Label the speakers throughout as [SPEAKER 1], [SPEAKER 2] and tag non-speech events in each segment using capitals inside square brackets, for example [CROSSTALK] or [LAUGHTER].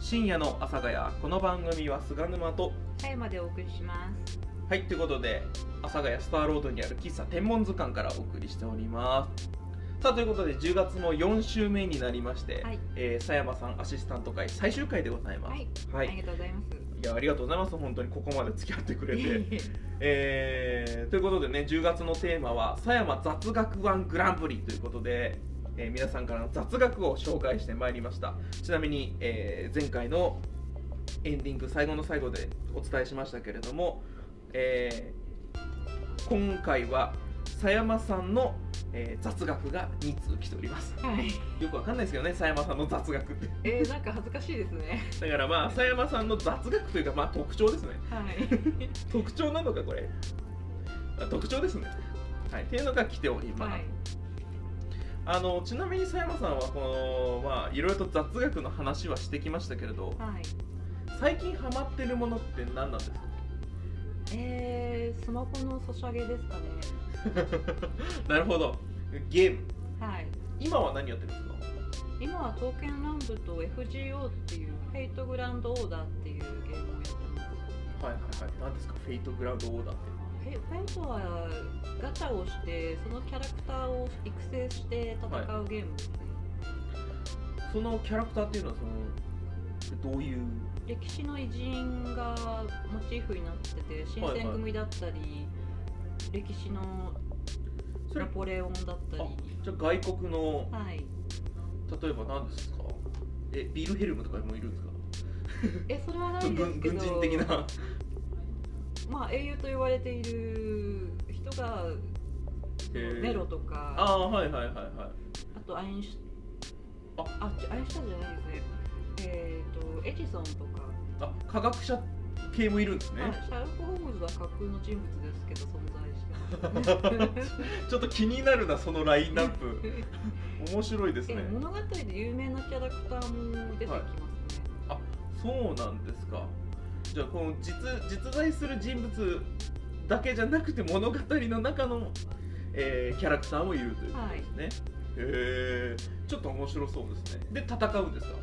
[SPEAKER 1] 深夜の阿佐ヶ谷この番組は菅沼と
[SPEAKER 2] 最後までお送りします
[SPEAKER 1] はいということで阿佐ヶ谷スターロードにある喫茶天文図鑑からお送りしておりますさあということで10月も4週目になりまして、
[SPEAKER 2] はい
[SPEAKER 1] えー佐山さんアシスタント会最終回でございますは
[SPEAKER 2] はい、
[SPEAKER 1] い
[SPEAKER 2] ありがとうございます
[SPEAKER 1] いやありがとうございます本当にここまで付き合ってくれてえーということでね10月のテーマは「狭山雑学ワングランプリ」ということで、えー皆さんからの雑学を紹介してまいりましたちなみに、えー前回のエンディング最後の最後でお伝えしましたけれども、えー今回は狭山さんの、えー雑学が2通来ております
[SPEAKER 2] [LAUGHS] はい、
[SPEAKER 1] よくわかんないですけどね狭山さんの雑学って
[SPEAKER 2] えー、なんか恥ずかしいですね
[SPEAKER 1] [LAUGHS] だからまあ狭山さんの雑学というかまあ特徴ですね
[SPEAKER 2] はい
[SPEAKER 1] 特徴なのかこれあ特徴ですねはいっていうのが来ております、
[SPEAKER 2] はい
[SPEAKER 1] あのちなみに佐山さんはこのまあいろいろと雑学の話はしてきましたけれど
[SPEAKER 2] はい
[SPEAKER 1] 最近ハマってるものって何なんです
[SPEAKER 2] [LAUGHS]
[SPEAKER 1] か
[SPEAKER 2] えー、スマホのソシャゲですかね
[SPEAKER 1] なるほどゲーム
[SPEAKER 2] はい
[SPEAKER 1] 今は何やってるんですか
[SPEAKER 2] 今は刀剣乱舞と FGO っていうフェイトグランドオーダーっていうゲームをやってます
[SPEAKER 1] はいはいはい何ですかフェイトグラウドオーダーって
[SPEAKER 2] フェフェイトはガチャをしてそのキャラクターを育成して戦うゲームですね、
[SPEAKER 1] そのキャラクターっていうのはそのどういう
[SPEAKER 2] 歴史の偉人がモチーフになってて新選組だったり、歴史の
[SPEAKER 1] それ
[SPEAKER 2] ナポレオンだったり
[SPEAKER 1] じゃあ外国の
[SPEAKER 2] はい
[SPEAKER 1] 例えば何ですかえビルヘルムとかもいるんですか
[SPEAKER 2] えそれはな
[SPEAKER 1] ちょ
[SPEAKER 2] い
[SPEAKER 1] っと
[SPEAKER 2] です
[SPEAKER 1] 軍
[SPEAKER 2] けど
[SPEAKER 1] 軍人的な
[SPEAKER 2] まあ英雄と言われている人が
[SPEAKER 1] へー
[SPEAKER 2] ネロとか
[SPEAKER 1] あ
[SPEAKER 2] あ
[SPEAKER 1] あはいはいはいはい
[SPEAKER 2] とアインシュ
[SPEAKER 1] あ
[SPEAKER 2] あちょアインシュタインじゃないですねえっ、とエジソンとか、
[SPEAKER 1] あ科学者系もいるんですね、
[SPEAKER 2] まあシャーロック・ホームズは架空の人物ですけど存
[SPEAKER 1] [LAUGHS]
[SPEAKER 2] 在してま
[SPEAKER 1] [LAUGHS]
[SPEAKER 2] す
[SPEAKER 1] ちょっと気になるなそのラインナップ面白いですね
[SPEAKER 2] え物語で有名なキャラクターも出てきますね、
[SPEAKER 1] そうなんですかじゃあこの実実在する人物だけじゃなくて物語の中の、えーキャラクターもいるということですね、へえちょっと面白そうですねで戦うんですか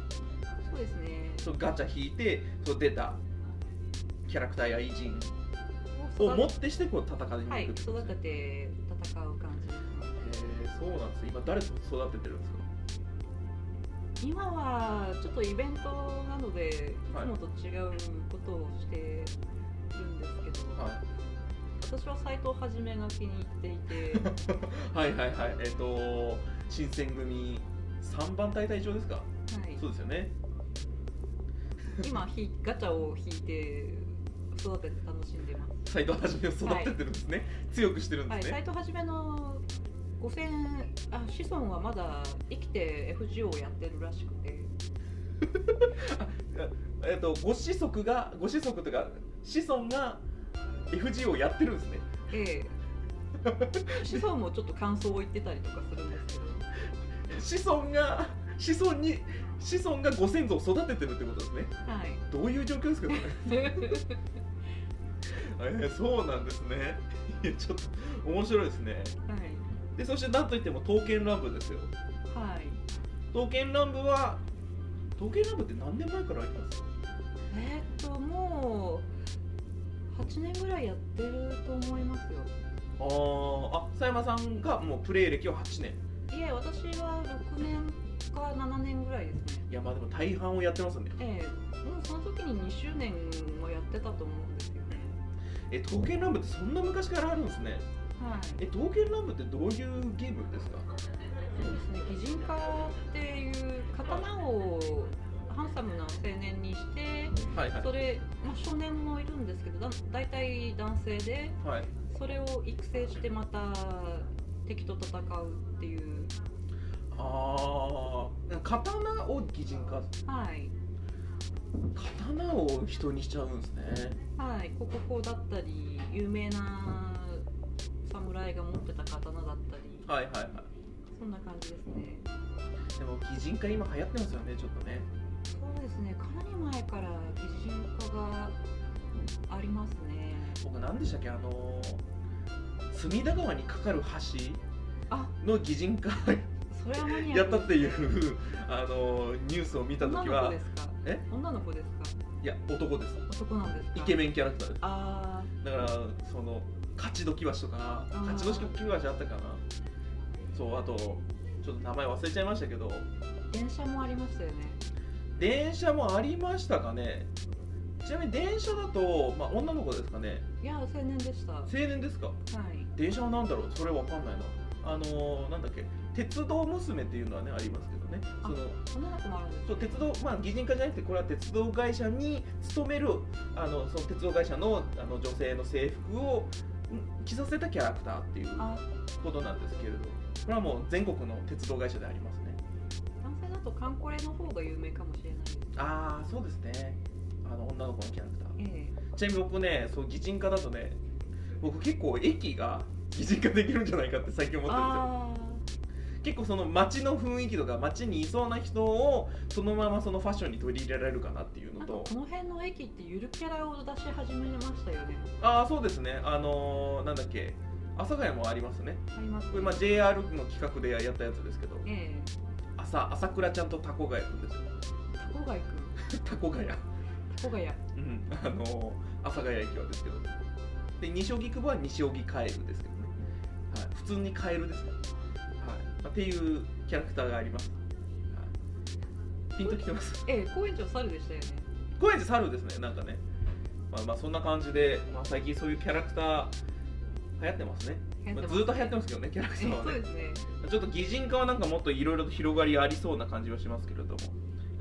[SPEAKER 2] そうですね。
[SPEAKER 1] そうガチャ引いてそう出たキャラクターや偉人
[SPEAKER 2] 育
[SPEAKER 1] を持ってしてこう戦いに行く
[SPEAKER 2] はい、
[SPEAKER 1] ってこと
[SPEAKER 2] 育
[SPEAKER 1] ですね
[SPEAKER 2] てて戦う感じです
[SPEAKER 1] へーそうなんですね今誰と育ててるんですか
[SPEAKER 2] ね。今はちょっとイベントなので、い
[SPEAKER 1] はい
[SPEAKER 2] つもと違うことをしてるんですけど、
[SPEAKER 1] は
[SPEAKER 2] 私は斎藤はじめが気に入っ
[SPEAKER 1] [LAUGHS]
[SPEAKER 2] ていて、
[SPEAKER 1] い、はいはいはいえっ、と新選組三番隊隊長ですか
[SPEAKER 2] はい
[SPEAKER 1] そうですよね
[SPEAKER 2] 今ひガチャを引いて育てて楽しんでます。
[SPEAKER 1] 斎藤はじめを育ててるんですね、強くしてるん
[SPEAKER 2] は
[SPEAKER 1] で
[SPEAKER 2] い、
[SPEAKER 1] す
[SPEAKER 2] 斎
[SPEAKER 1] ね、
[SPEAKER 2] 藤はじめの5000あ子孫はまだ生きて FGO をやってるらしくて、
[SPEAKER 1] えっ、とご子息がご子息というか子孫が FG をやってるんですね [LAUGHS]
[SPEAKER 2] ええ子孫もちょっと感想を言ってたりとかするんですけど。
[SPEAKER 1] 子孫が子孫に子孫がご先祖を育ててるってことですね
[SPEAKER 2] はい。
[SPEAKER 1] どういう状況ですか
[SPEAKER 2] [LAUGHS]
[SPEAKER 1] それえーそうなんですねいやちょっと面白いですね
[SPEAKER 2] は
[SPEAKER 1] でそしてなんといっても刀剣乱舞ですよ
[SPEAKER 2] い。はい。
[SPEAKER 1] 刀剣乱舞は刀剣乱舞って何年前からあります
[SPEAKER 2] えーっと、もう。8年ぐらいやってると思いますよ。
[SPEAKER 1] あーあ佐山さんがもうプレイ歴は8年
[SPEAKER 2] いえ、私は6年か7年ぐらいですね。
[SPEAKER 1] いやまあでも大半をやってますね
[SPEAKER 2] ええもうその時に2周年もやってたと思うんですよね。
[SPEAKER 1] え刀剣乱舞ってそんな昔からあるんですね
[SPEAKER 2] はい。
[SPEAKER 1] え刀剣乱舞ってどういうゲームですか
[SPEAKER 2] そうですね。擬人化っていう刀を。ハンサムな青年にして。
[SPEAKER 1] はいは
[SPEAKER 2] それ、まあ、少年もいるんですけど、だ、大体男性で。
[SPEAKER 1] いはい
[SPEAKER 2] それを育成してまた敵と戦うっていう
[SPEAKER 1] ああ刀を擬人化
[SPEAKER 2] はい
[SPEAKER 1] 刀を人にしちゃうんですね
[SPEAKER 2] はい国宝だったり有名な侍が持ってた刀だったり
[SPEAKER 1] はいはいはい
[SPEAKER 2] そんな感じですね
[SPEAKER 1] でも擬人化今流行ってますよねちょっとね
[SPEAKER 2] そうですねかなり前から擬人化がありますね
[SPEAKER 1] 僕何でしたっけあのー隅田川に架かる
[SPEAKER 2] あ
[SPEAKER 1] 橋の擬人化
[SPEAKER 2] それはマニアッ
[SPEAKER 1] [LAUGHS]
[SPEAKER 2] ク
[SPEAKER 1] やったっていうあのーニュースを見た時
[SPEAKER 2] 女の子
[SPEAKER 1] は
[SPEAKER 2] ですか
[SPEAKER 1] え
[SPEAKER 2] 女の子ですか
[SPEAKER 1] いや男です
[SPEAKER 2] 男なんですか
[SPEAKER 1] イケ
[SPEAKER 2] ン
[SPEAKER 1] メンキャラクターです
[SPEAKER 2] あ
[SPEAKER 1] だからその勝ちどき橋とか
[SPEAKER 2] ー
[SPEAKER 1] 勝ちどき橋あったかなそうあとちょっと名前忘れちゃいましたけど
[SPEAKER 2] ー電車もありましたよね
[SPEAKER 1] 電車もありましたかねちなみに電車だと、まあ、女の子ですかね
[SPEAKER 2] いや青年でしたは
[SPEAKER 1] 青年ですか
[SPEAKER 2] い
[SPEAKER 1] 電車は何だろうそれわかんないなあのーなんだっけ鉄道娘っていうのはねありますけどねその
[SPEAKER 2] 女の子もあるんですね
[SPEAKER 1] そう鉄道まあ擬人化じゃなくてこれは鉄道会社に勤めるあのその鉄道会社のあの女性の制服をん着させたキャラクターっていう
[SPEAKER 2] あ
[SPEAKER 1] ことなんですけれどこれはもう全国の鉄道会社でありますね
[SPEAKER 2] 男性だとカンコレの方が有名かもしれないです
[SPEAKER 1] ああそうですねあの女の子のキャラクター
[SPEAKER 2] え
[SPEAKER 1] ちなみに僕ねそう擬人化だとね僕結構駅が擬人化できるんじゃないかって最近
[SPEAKER 2] え
[SPEAKER 1] 思ってるんですよ
[SPEAKER 2] あ
[SPEAKER 1] 結構その街の雰囲気とか街にいそうな人をそのままそのファッションに取り入れられるかなっていう
[SPEAKER 2] ー
[SPEAKER 1] の
[SPEAKER 2] なんか
[SPEAKER 1] と
[SPEAKER 2] この辺の駅ってゆるキャラを出し始めましたよね
[SPEAKER 1] ああそうですねあのーなんだっけ阿佐ヶ谷もありますね
[SPEAKER 2] あります
[SPEAKER 1] これまあ JR の企画でやったやつですけど
[SPEAKER 2] ええ
[SPEAKER 1] 朝朝倉ちゃんとタコガヤくんですよ
[SPEAKER 2] タコガイくん
[SPEAKER 1] [LAUGHS] タコガヤ
[SPEAKER 2] タコガヤ
[SPEAKER 1] うんあのー阿佐ヶ谷駅はですけどで西荻窪は西荻カエルですけどね、はい、普通にカエルですね、はい、っていうキャラクターがあります、はい、ピンときてます
[SPEAKER 2] ええ高円寺は猿でしたよね
[SPEAKER 1] 高円寺猿ですねなんかねまあまあそんな感じで、まあ、最近そういうキャラクター流行ってますね
[SPEAKER 2] 流行
[SPEAKER 1] ま
[SPEAKER 2] っ
[SPEAKER 1] あ、
[SPEAKER 2] てます
[SPEAKER 1] ずっと流行ってますけどねキャラクタ
[SPEAKER 2] ええ
[SPEAKER 1] ーは
[SPEAKER 2] そう
[SPEAKER 1] ね
[SPEAKER 2] ですね
[SPEAKER 1] ちょっと擬人化はなんかもっといろいろと広がりありそうな感じはしますけれども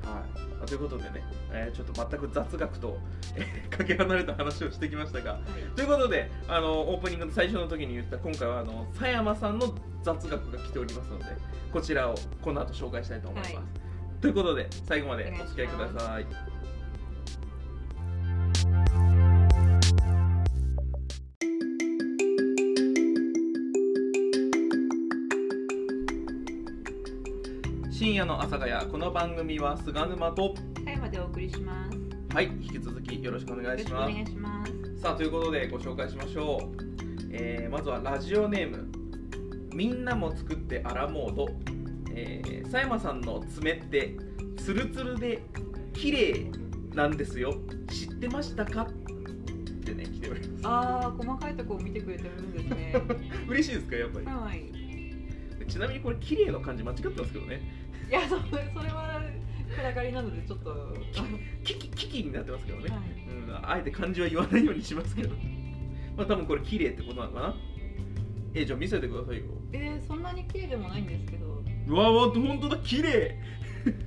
[SPEAKER 1] はいまあということでね、えーちょっと全く雑学と、えーかけ離れた話をしてきましたが
[SPEAKER 2] はい
[SPEAKER 1] ということであのオープニングの最初の時に言った今回はあの佐山さんの雑学が来ておりますのでこちらをこの後紹介したいと思います、
[SPEAKER 2] はい
[SPEAKER 1] ということで最後までお付き合いください深夜の阿佐ヶ谷この番組は菅沼と
[SPEAKER 2] 高山でお送りしますよ
[SPEAKER 1] はい引き続きよろしくお願
[SPEAKER 2] ろ
[SPEAKER 1] い
[SPEAKER 2] し
[SPEAKER 1] し
[SPEAKER 2] くお
[SPEAKER 1] ます
[SPEAKER 2] 願いします
[SPEAKER 1] さあということでご紹介しましょう、えーまずはラジオネームみんなも作ってアラモードえー狭山さんの爪ってツルツルで綺麗なんですよ知ってましたかってね来ております [LAUGHS]
[SPEAKER 2] ああ細かいとこを見てくれてるんですね
[SPEAKER 1] 嬉しいですかやっぱり
[SPEAKER 2] はい
[SPEAKER 1] ちなみにこれ綺麗の漢字間違ってますけどね
[SPEAKER 2] いやそそれは暗がりなのでちょっとは
[SPEAKER 1] キキキキになってますけどね、
[SPEAKER 2] い
[SPEAKER 1] うん、あえて漢字は言わないようにしますけどまあ多分これ綺麗ってことなのかなえーじゃあ見せてくださいよ
[SPEAKER 2] えー、そんなに綺麗でもないんですけど
[SPEAKER 1] うわうわ本当だ綺麗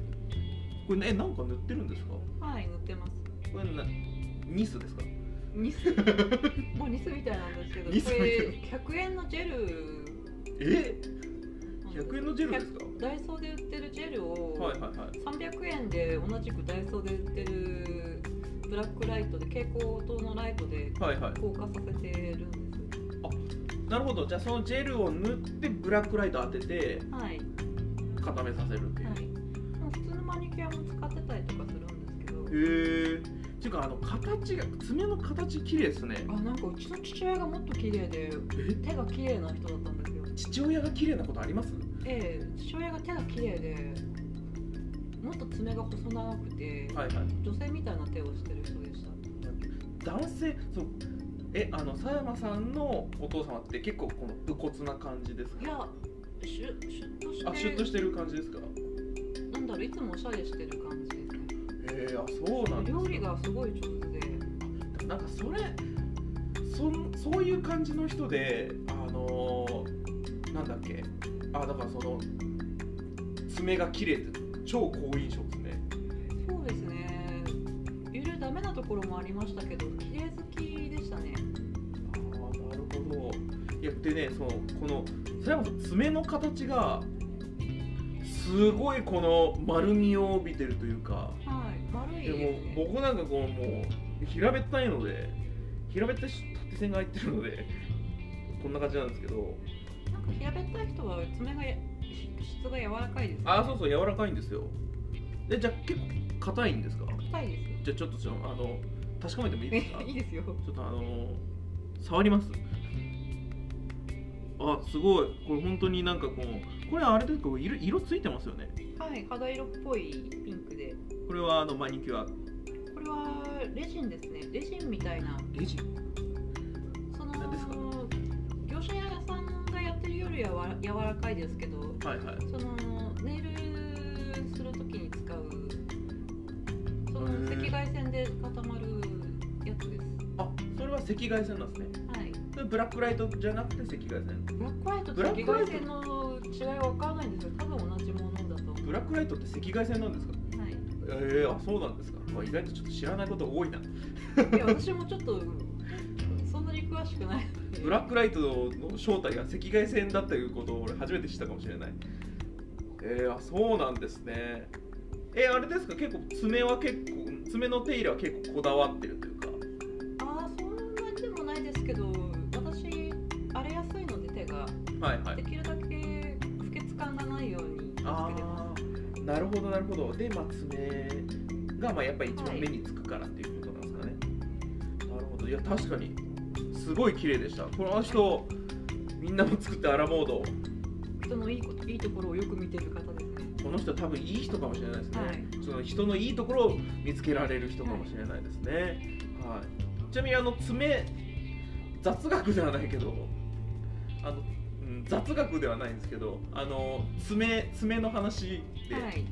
[SPEAKER 1] [LAUGHS] これねなんか塗ってるんですかこ
[SPEAKER 2] はい塗ってます
[SPEAKER 1] れなニスですか
[SPEAKER 2] ニスもうニスみたいなんですけど
[SPEAKER 1] ニス
[SPEAKER 2] こ
[SPEAKER 1] みたい
[SPEAKER 2] れ100円のジェル
[SPEAKER 1] え
[SPEAKER 2] なんです
[SPEAKER 1] 100円のジェルですか
[SPEAKER 2] ダイソーで売ってるジェルを、
[SPEAKER 1] はいはいはい
[SPEAKER 2] 300円で同じくダイソーで売ってるブラックライトで蛍光灯のライトで
[SPEAKER 1] はいはい
[SPEAKER 2] 硬化させてるんです
[SPEAKER 1] なるほどじゃあそのジェルを塗ってブラックライト当てて
[SPEAKER 2] はい
[SPEAKER 1] 固めさせるっていう、
[SPEAKER 2] はい、もう普通のマニキュアも使ってたりとかするんですけど
[SPEAKER 1] へえっていうかあの形が爪の形綺麗ですね
[SPEAKER 2] あなんかうちの父親がもっと綺麗で
[SPEAKER 1] え
[SPEAKER 2] 手が綺麗な人だったんですよ
[SPEAKER 1] 父親が綺麗なことあります
[SPEAKER 2] ええ父親が手が綺麗でもっと爪が細長くて、
[SPEAKER 1] はいはい
[SPEAKER 2] 女性みたいな手をしてる人でした
[SPEAKER 1] 男性そうえあの佐山さんのお父様って結構この武骨な感じです
[SPEAKER 2] い
[SPEAKER 1] か
[SPEAKER 2] やシュシュッとして
[SPEAKER 1] あシュッとしてる感じですか
[SPEAKER 2] なんだろういつもおしゃれしてる感じですね
[SPEAKER 1] へえあそうなんですか
[SPEAKER 2] 料理がすごい上手で
[SPEAKER 1] なんかそれそんそういう感じの人であのーなんだっけあだからその爪が綺麗って超好印象ですね
[SPEAKER 2] そうですねいろいろダメなところもありましたけど綺麗好きでしたね
[SPEAKER 1] ああなるほどいやでねそのこのそれも爪の形がすごいこの丸みを帯びてるというか
[SPEAKER 2] はい悪い
[SPEAKER 1] で
[SPEAKER 2] です
[SPEAKER 1] も
[SPEAKER 2] ね
[SPEAKER 1] 僕なんかこうもう平べったいので平べったいし縦線が入ってるのでこんな感じなんですけど
[SPEAKER 2] なんか平べったい人は爪がやし質が柔らかいです、ね、
[SPEAKER 1] あーそうそう柔らかいんですよえじゃあ結構硬いんですか
[SPEAKER 2] 硬いです
[SPEAKER 1] じゃあちょっとそのあの確かめてもいい
[SPEAKER 2] [LAUGHS]
[SPEAKER 1] ですか
[SPEAKER 2] えいいですよ
[SPEAKER 1] ちょっとあの触りますあすごいこれ本当になんかこうこれはあれですか色色ついてますよね
[SPEAKER 2] はい肌色っぽいピンクで
[SPEAKER 1] これはあのマニキュア
[SPEAKER 2] これはレジンですねレジンみたいな
[SPEAKER 1] レジン
[SPEAKER 2] その
[SPEAKER 1] 何ですか
[SPEAKER 2] 業者屋さんがやってるよりはわ柔らかいですけど
[SPEAKER 1] はいはい
[SPEAKER 2] そのネイルするときに使うその
[SPEAKER 1] へー
[SPEAKER 2] 赤外線で固まるやつです
[SPEAKER 1] あそれは赤外線なんですね
[SPEAKER 2] はい
[SPEAKER 1] それブラックライトじゃなくて赤外線
[SPEAKER 2] ブラックライトと
[SPEAKER 1] ブラッ
[SPEAKER 2] 赤
[SPEAKER 1] クライト
[SPEAKER 2] 外線の違いは分からないんですけど多分同じものだと思
[SPEAKER 1] ブラックライトって赤外線なんですか
[SPEAKER 2] うはい
[SPEAKER 1] ええあそうなんですか、まあ、意外とちょっと知らないこと多いない
[SPEAKER 2] や私もちょっとそんなに詳しくないので
[SPEAKER 1] ブラックライトの正体が赤外線だったいうことを俺初めて知ったかもしれないえー、あそうなんですねえー、あれですか結構爪は結構爪の手入れは結構こだわってるというか
[SPEAKER 2] ああそんなでもないですけど私荒れやすいので手が
[SPEAKER 1] はいは
[SPEAKER 2] で
[SPEAKER 1] い
[SPEAKER 2] きるだけ不潔感がないように気を
[SPEAKER 1] あ
[SPEAKER 2] つけてます
[SPEAKER 1] あなるほどなるほどでまあ爪がまあやっぱり一番目につくからっていうことなんですかね、なるほどいや確かにすごい綺麗でしたこの人みんなも作ってアラモード
[SPEAKER 2] 人のいいこといいところをよく見てる方ですね
[SPEAKER 1] この人多分いい人かもしれないですね、
[SPEAKER 2] はい
[SPEAKER 1] その人のいいところを見つけられる人かもしれないですね、はいちなみにあの爪雑学ではないけどあの、うん、雑学ではないんですけどあの爪爪の話で、
[SPEAKER 2] はい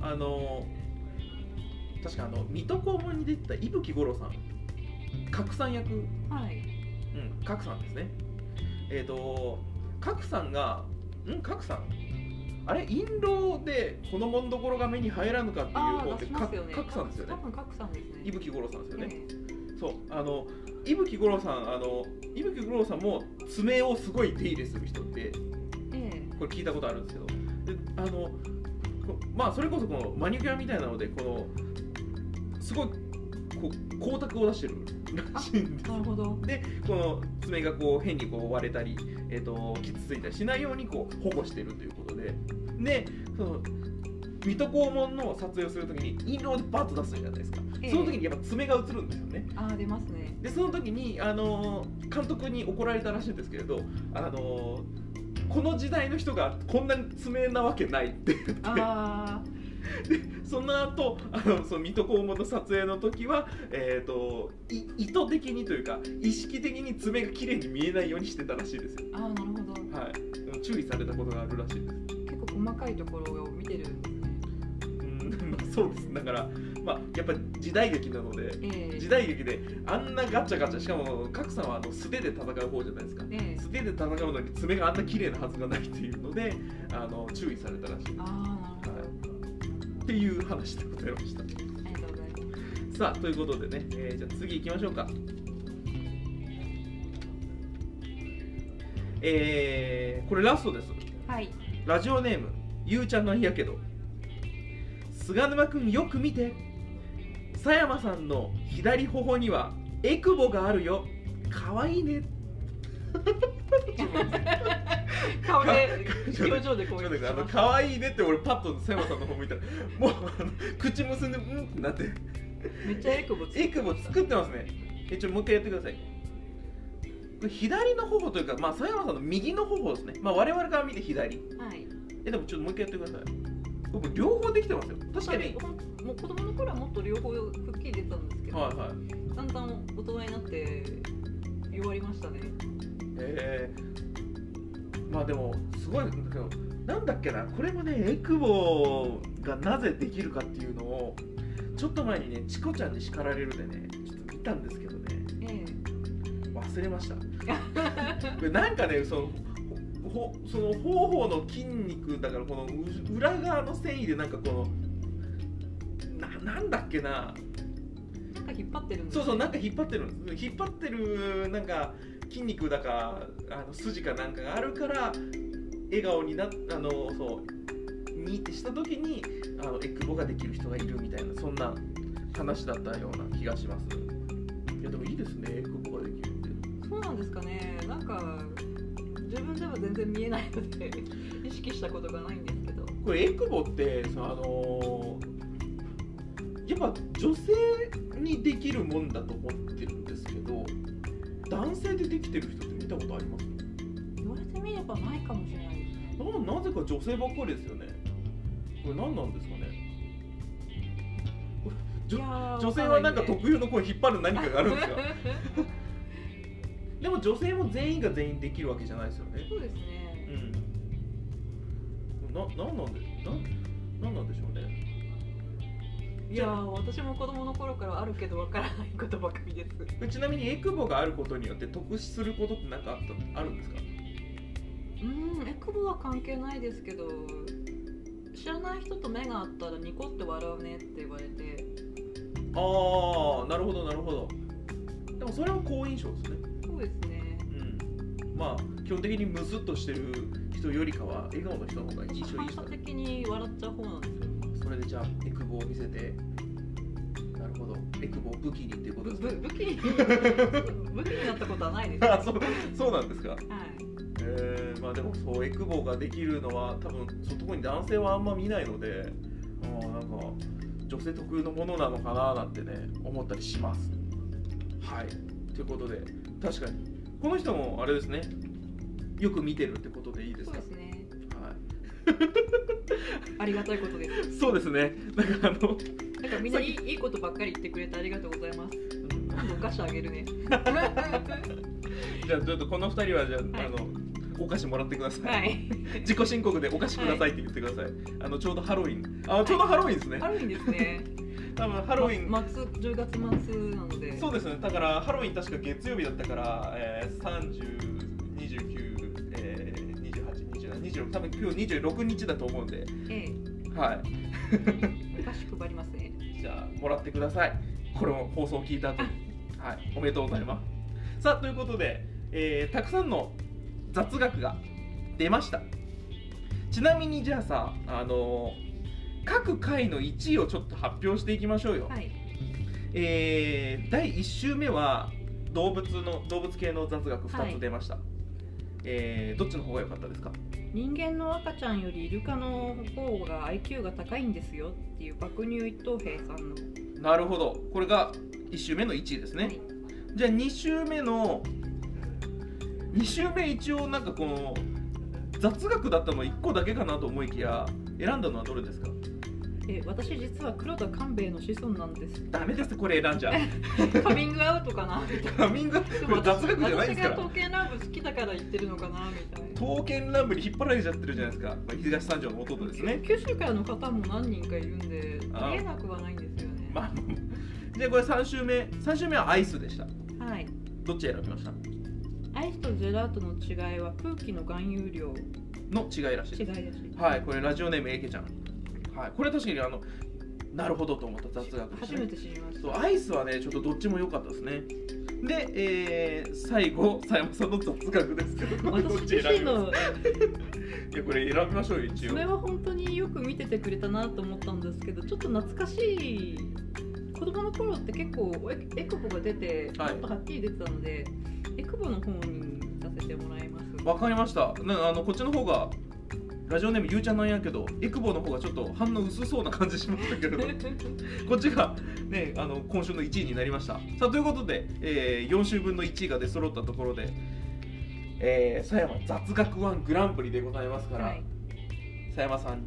[SPEAKER 1] あの確かあの水戸黄門に出てた伊吹五郎さん角さん役
[SPEAKER 2] はい
[SPEAKER 1] うん、賀来さんですね。えっ、と、賀来さんが、ん、賀来さん。あれ、印籠で、この紋所が目に入らぬかっていう
[SPEAKER 2] あ
[SPEAKER 1] 方
[SPEAKER 2] あ
[SPEAKER 1] って、
[SPEAKER 2] 出し
[SPEAKER 1] か
[SPEAKER 2] ま
[SPEAKER 1] 賀
[SPEAKER 2] すよね
[SPEAKER 1] 来さんですよね
[SPEAKER 2] 多。分賀来さんですね
[SPEAKER 1] 伊吹五郎さんですよね。
[SPEAKER 2] え
[SPEAKER 1] そう、あの、伊吹五郎さん、あの、伊吹五郎さんも爪をすごい手入れする人って、
[SPEAKER 2] えええ
[SPEAKER 1] これ聞いたことあるんですけど。で、あの、こまあ、それこそ、このマニキュアみたいなので、この。すごい、こう、光沢を出してるらしいんです
[SPEAKER 2] な
[SPEAKER 1] よ
[SPEAKER 2] るほど
[SPEAKER 1] でこの爪がこう変にこう割れたり、えー、と傷ついたりしないようにこう保護してるということででその水戸黄門の撮影をするときに陰謀でバッと出すじゃないですか、
[SPEAKER 2] ええ
[SPEAKER 1] その時にやっぱ爪が映るんですよね
[SPEAKER 2] ああ出ますね
[SPEAKER 1] でその時に、あのー監督に怒られたらしいんですけれど、あのーこの時代の人がこんな爪なわけないって [LAUGHS] 言って
[SPEAKER 2] ああ
[SPEAKER 1] その後あのその水戸黄門の撮影の時は、えー、とい意図的にというか意識的に爪が綺麗に見えないようにしてたらしいですよ、
[SPEAKER 2] ああなるほど
[SPEAKER 1] はい、でも注意されたことがあるらしいです
[SPEAKER 2] 結構細かいところを見てるんですね
[SPEAKER 1] うん [LAUGHS] まあそうですだから、まあ、やっぱり時代劇なので
[SPEAKER 2] ええ
[SPEAKER 1] 時代劇であんなガチャガチャしかも賀来さんはあの素手で戦う方じゃないですか
[SPEAKER 2] ええ
[SPEAKER 1] 素手で戦うのに爪があんな綺麗なはずがないっていうのであの注意されたらしいです、
[SPEAKER 2] あ
[SPEAKER 1] は
[SPEAKER 2] あなるほど
[SPEAKER 1] い、っていう話でございました
[SPEAKER 2] ありがとうございます
[SPEAKER 1] さあということでね、えーじゃあ次行きましょうかえー、これラストです
[SPEAKER 2] はい
[SPEAKER 1] ラジオネームゆうちゃんなんやけど菅沼くんよく見て佐山さんの左頬にはエクボがあるよかわいいね
[SPEAKER 2] [LAUGHS] 顔で表情でこう
[SPEAKER 1] ち
[SPEAKER 2] い
[SPEAKER 1] ょ
[SPEAKER 2] う
[SPEAKER 1] っとあの可愛いねって俺パッと佐山さんの方見たら [LAUGHS] もうあの口結んでうんってなって
[SPEAKER 2] めっちゃエクボつ
[SPEAKER 1] エクボ作ってますねえちょもう一回やってください左の頬というか、まあ、佐山さんの右の頬ですね、まあ、我々から見て左
[SPEAKER 2] はい
[SPEAKER 1] えでもちょっともう一回やってください僕両方できてますよ確かに
[SPEAKER 2] ほんもう子供の頃はもっと両方くっきり出てたんですけど、
[SPEAKER 1] はいはい
[SPEAKER 2] だんだん大人になって弱りましたね
[SPEAKER 1] えー、まあでもすごいんだけどなんだっけなこれもねエクボがなぜできるかっていうのをちょっと前にねチコちゃんに叱られるでねちょっと見たんですけどね
[SPEAKER 2] え
[SPEAKER 1] 忘れましたこれなんかねそのほほその頬の筋肉だからこのう裏側の繊維でなんかこのななんだっけな
[SPEAKER 2] えなんか引っ張ってるんです
[SPEAKER 1] そう
[SPEAKER 2] ね
[SPEAKER 1] そうなんか引っ張ってるんです引っ張ってるなんか筋肉だかあの筋かなんかがあるから笑顔になっあのそうにってした時にあのエクボができる人がいるみたいなそんな話だったような気がしますいやでもいいですねエクボができるって
[SPEAKER 2] そうなんですかねなんか自分では全然見えないので [LAUGHS] 意識したことがないんですけど
[SPEAKER 1] これエクボってさあのーやっぱ女性にできるもんだと思ってるんですけど男性でできてる人って見たことあります
[SPEAKER 2] 言われてみればないかもしれないですね
[SPEAKER 1] ななぜか女性ばっかりですよねこれ何なんですかね
[SPEAKER 2] いやー
[SPEAKER 1] 女性はなんか
[SPEAKER 2] わ
[SPEAKER 1] 特有の声引っ張る何かがあるんですよ
[SPEAKER 2] かんないね
[SPEAKER 1] でも女性も全員が全員できるわけじゃないですよね
[SPEAKER 2] [LAUGHS] そうです
[SPEAKER 1] う
[SPEAKER 2] ね、
[SPEAKER 1] んななんなんでななんなんでしょうね
[SPEAKER 2] いやー私も子供の頃からあるけどわからないことばかりです
[SPEAKER 1] ちなみにエクボがあることによって得することって何かあったあるんですか
[SPEAKER 2] うんえクボは関係ないですけど知らない人と目があったらニコって笑うねって言われて
[SPEAKER 1] ああなるほどなるほどでもそれは好印象ですね
[SPEAKER 2] そうですね
[SPEAKER 1] うんまあ基本的にムスッとしてる人よりかは笑顔の人の方が印象いい
[SPEAKER 2] 反
[SPEAKER 1] です
[SPEAKER 2] 射
[SPEAKER 1] かね
[SPEAKER 2] 的に笑っちゃう方なんですよ
[SPEAKER 1] それでじゃあエクボを見せてなるほどエクボを武器にっていうことで
[SPEAKER 2] ぶ
[SPEAKER 1] す
[SPEAKER 2] ぶ
[SPEAKER 1] ね
[SPEAKER 2] 武器に武器になったことはないです、
[SPEAKER 1] [LAUGHS]
[SPEAKER 2] ね、
[SPEAKER 1] あ
[SPEAKER 2] は
[SPEAKER 1] そうそうなんですか
[SPEAKER 2] い
[SPEAKER 1] えー、まあでもそうエクボができるのは多分そう特に男性はあんま見ないのでああなんか女性特有のものなのかななんてね思ったりしますはいということで確かにこの人もあれですねよく見てるってことでいいです
[SPEAKER 2] そう
[SPEAKER 1] か
[SPEAKER 2] ですね
[SPEAKER 1] は
[SPEAKER 2] ありがたいことです
[SPEAKER 1] い、そうですねなんかあの
[SPEAKER 2] なんかみんないいいいことばっかり言ってくれてありがとうござ
[SPEAKER 1] [LAUGHS]
[SPEAKER 2] います今度お菓子あげるね
[SPEAKER 1] じゃあちょっとこの2人はじゃあ,、
[SPEAKER 2] はい
[SPEAKER 1] あのお菓子もらってください、
[SPEAKER 2] はい
[SPEAKER 1] 自己申告でお菓子くださいって言ってください、あのちょうどハロウィンあちょうどハロウィンですね、
[SPEAKER 2] ハロウィンですね
[SPEAKER 1] 多分ハロウィン、
[SPEAKER 2] ま末10月末なので
[SPEAKER 1] そう
[SPEAKER 2] う
[SPEAKER 1] ですね、だからハロウィン確か月曜日だったから、えー、30、29、えー、28、27、26、多分今日26日だと思うんで、
[SPEAKER 2] ええ
[SPEAKER 1] は
[SPEAKER 2] お菓子配りますね
[SPEAKER 1] い、じゃあ、もらってください、これも放送聞いた後に、はい、おめでとうございます。さあ、ということで、えーたくさんの雑学が出ました。ちなみに、じゃあさ、あのー各回の1位をちょっと発表していきましょうよ。
[SPEAKER 2] はい
[SPEAKER 1] えー第1週目は動物の動物系の雑学
[SPEAKER 2] は
[SPEAKER 1] 2
[SPEAKER 2] い
[SPEAKER 1] つ出ました、えーどっちの方が良かったですか
[SPEAKER 2] 人間の赤ちゃんよりイルカの方が IQ が高いんですよっていう爆乳一等兵さんの
[SPEAKER 1] なるほどこれが1週目の1位ですね、
[SPEAKER 2] はい
[SPEAKER 1] じゃあ2週目の2週目一応なんかこの雑学だったの1個だけかなと思いきや選んだのはどれですか
[SPEAKER 2] え私実は黒田官兵衛の子孫なんです
[SPEAKER 1] [LAUGHS] ダメですこれ選んじゃ
[SPEAKER 2] [LAUGHS] カミングアウトかな
[SPEAKER 1] カミングアウトこれ雑学じゃないですか
[SPEAKER 2] 私が
[SPEAKER 1] ら
[SPEAKER 2] 統計ラブ好きだから言ってるのかなみたいな
[SPEAKER 1] 刀剣乱舞に引っ張られちゃってるじゃないですかこれ東三条の弟ですね
[SPEAKER 2] 九州からの方も何人かいるんで
[SPEAKER 1] あ
[SPEAKER 2] ありえなくはないんですよね、
[SPEAKER 1] まあ、 [LAUGHS] でこれ3週目3週目はアイスでした
[SPEAKER 2] はい
[SPEAKER 1] どっち選びました
[SPEAKER 2] アイスとジェラートの違いは空気の含有量
[SPEAKER 1] の違いらしい
[SPEAKER 2] 違
[SPEAKER 1] です
[SPEAKER 2] いだし
[SPEAKER 1] はいこれラジオネームえけちゃんはいこれ確かにあのなるほどと思った雑学でし
[SPEAKER 2] 初
[SPEAKER 1] たね
[SPEAKER 2] めて知りまし
[SPEAKER 1] そう
[SPEAKER 2] た
[SPEAKER 1] アイスはねちょっとどっちも良かったですねで、えー、最後佐山さんの雑学ですけどこれどっ
[SPEAKER 2] 私
[SPEAKER 1] ち
[SPEAKER 2] 自
[SPEAKER 1] 選
[SPEAKER 2] 身
[SPEAKER 1] びま
[SPEAKER 2] の
[SPEAKER 1] すいやこれ選びましょうよ一応
[SPEAKER 2] それは本当によく見ててくれたなと思ったんですけどちょっと懐かしい子供の頃って結構エエクボが出ても
[SPEAKER 1] はい
[SPEAKER 2] っとはっきり出てたので、エクボの方にさせてもらいます
[SPEAKER 1] わかりましたねあのこっちの方がラジオネームゆうちゃんなんやけどエクボの方がちょっと反応薄そうな感じしましたけ
[SPEAKER 2] [LAUGHS]
[SPEAKER 1] れどこっちが、ね、あの今週の1位になりました。さあということで、え4週分の1位が出揃ったところで、えー、佐山雑学ワングランプリでございますから、
[SPEAKER 2] はい
[SPEAKER 1] 佐山さん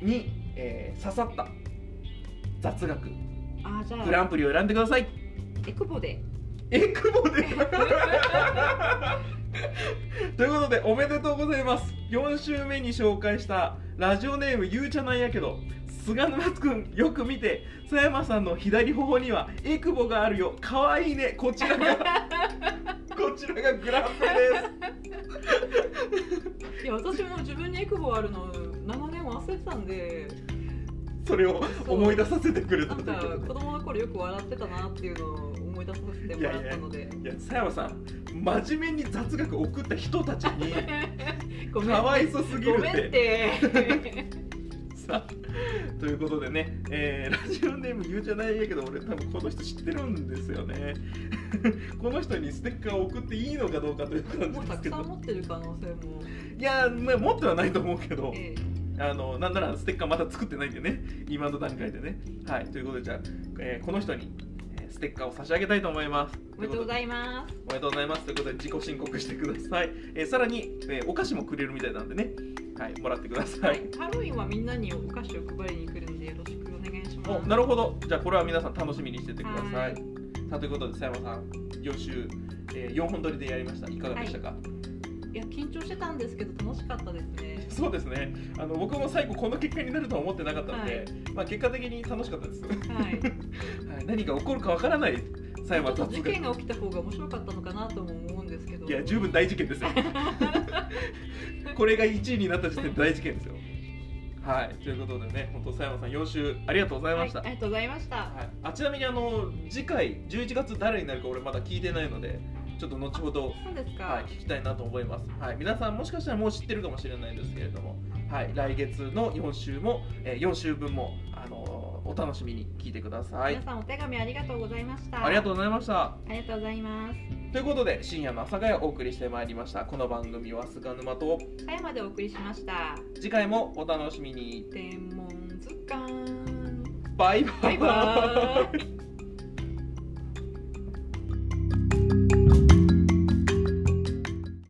[SPEAKER 1] に、えー刺さった雑学
[SPEAKER 2] あじゃ
[SPEAKER 1] グラ
[SPEAKER 2] あ
[SPEAKER 1] ンプリを選んでください。
[SPEAKER 2] エクボで
[SPEAKER 1] エクボでということでおめでとうございます4週目に紹介したラジオネームゆうちゃなんやけど菅沼くんよく見て佐山さんの左頬にはエクボがあるよかわいいねこちらがこちらがグランプ
[SPEAKER 2] いや私も自分にエクボあるの長年忘れてた
[SPEAKER 1] [LAUGHS]
[SPEAKER 2] んで
[SPEAKER 1] リですそれを思い出させてくれた
[SPEAKER 2] なん
[SPEAKER 1] という
[SPEAKER 2] か
[SPEAKER 1] こと
[SPEAKER 2] 子供の頃よく笑ってたなっていうのを思い出させてもらったので
[SPEAKER 1] でいや佐山さん真面目に雑学送った人たちに
[SPEAKER 2] ごめん
[SPEAKER 1] かわいそすぎる
[SPEAKER 2] ごめんって
[SPEAKER 1] [LAUGHS] さあということでね、えーラジオネーム言うじゃないやけど俺多分この人知ってるんですよね [LAUGHS] この人にステッカーを送っていいのかどうかという感
[SPEAKER 2] もう
[SPEAKER 1] じで
[SPEAKER 2] た
[SPEAKER 1] す
[SPEAKER 2] く
[SPEAKER 1] け
[SPEAKER 2] さん
[SPEAKER 1] ど
[SPEAKER 2] 持ってる可能性も、
[SPEAKER 1] いやー、まあ、持ってはないと思うけど
[SPEAKER 2] え
[SPEAKER 1] あのなんならステッカーまだ作ってないんでね今の段階でねはいということでじゃあ、えーこの人にえーステッカーを差し上げたいと思います
[SPEAKER 2] おめでとうございます
[SPEAKER 1] おめでとうございますということで自己申告してください、えーさらに、えーお菓子もくれるみたいなんでねはい、もらってくださ
[SPEAKER 2] はいい、ハロウィンはみんなにお菓子を配りに来るんでよろしくお願いしま
[SPEAKER 1] お
[SPEAKER 2] す。
[SPEAKER 1] なるほどじゃあこれは皆さん楽しみにしててくださ
[SPEAKER 2] はいい
[SPEAKER 1] さあということで佐山さん予習、え4本撮りでやりましたいかがでしたか、
[SPEAKER 2] いや緊張してたんですけど楽しかったです
[SPEAKER 1] [LAUGHS]
[SPEAKER 2] ね。
[SPEAKER 1] そうですねあの僕も最後この結果になるとは思ってなかったので、
[SPEAKER 2] はい
[SPEAKER 1] まあ、結果的に楽しかったです、は
[SPEAKER 2] はい。
[SPEAKER 1] い、何が起こるかわからない佐
[SPEAKER 2] ちょ
[SPEAKER 1] 山
[SPEAKER 2] っと
[SPEAKER 1] 達
[SPEAKER 2] 事
[SPEAKER 1] が
[SPEAKER 2] 件が起きた方が面白かったのかなとも思うんですけど。
[SPEAKER 1] いや十分大事件です
[SPEAKER 2] [LAUGHS]
[SPEAKER 1] よこれが1位になった時点で大事件ですよはいということでね本当佐山さん4週ありがとうございました、
[SPEAKER 2] はい、ありがとうございました。
[SPEAKER 1] はい、あちなみにあの次回11月誰になるか俺まだ聞いてないのでちょっと後ほど、
[SPEAKER 2] そうですか。
[SPEAKER 1] はい、聞きたいなと思います、はい、皆さんもしかしたらもう知ってるかもしれないですけれども、はい、来月の4週も、えー4週分も、あのーお楽しみに聞いてください
[SPEAKER 2] 皆さんお手紙ありがとうございました。
[SPEAKER 1] ありが
[SPEAKER 2] う。
[SPEAKER 1] とうございました
[SPEAKER 2] ありがとうございます。
[SPEAKER 1] ということで深夜の朝がやお送りしてまいりましたこの番組は菅沼と
[SPEAKER 2] さやまでお送りしました。
[SPEAKER 1] 次回もお楽しみに [LAUGHS]
[SPEAKER 2] 天文図鑑。
[SPEAKER 1] バイバ
[SPEAKER 2] バ
[SPEAKER 1] イ
[SPEAKER 2] イバーイ。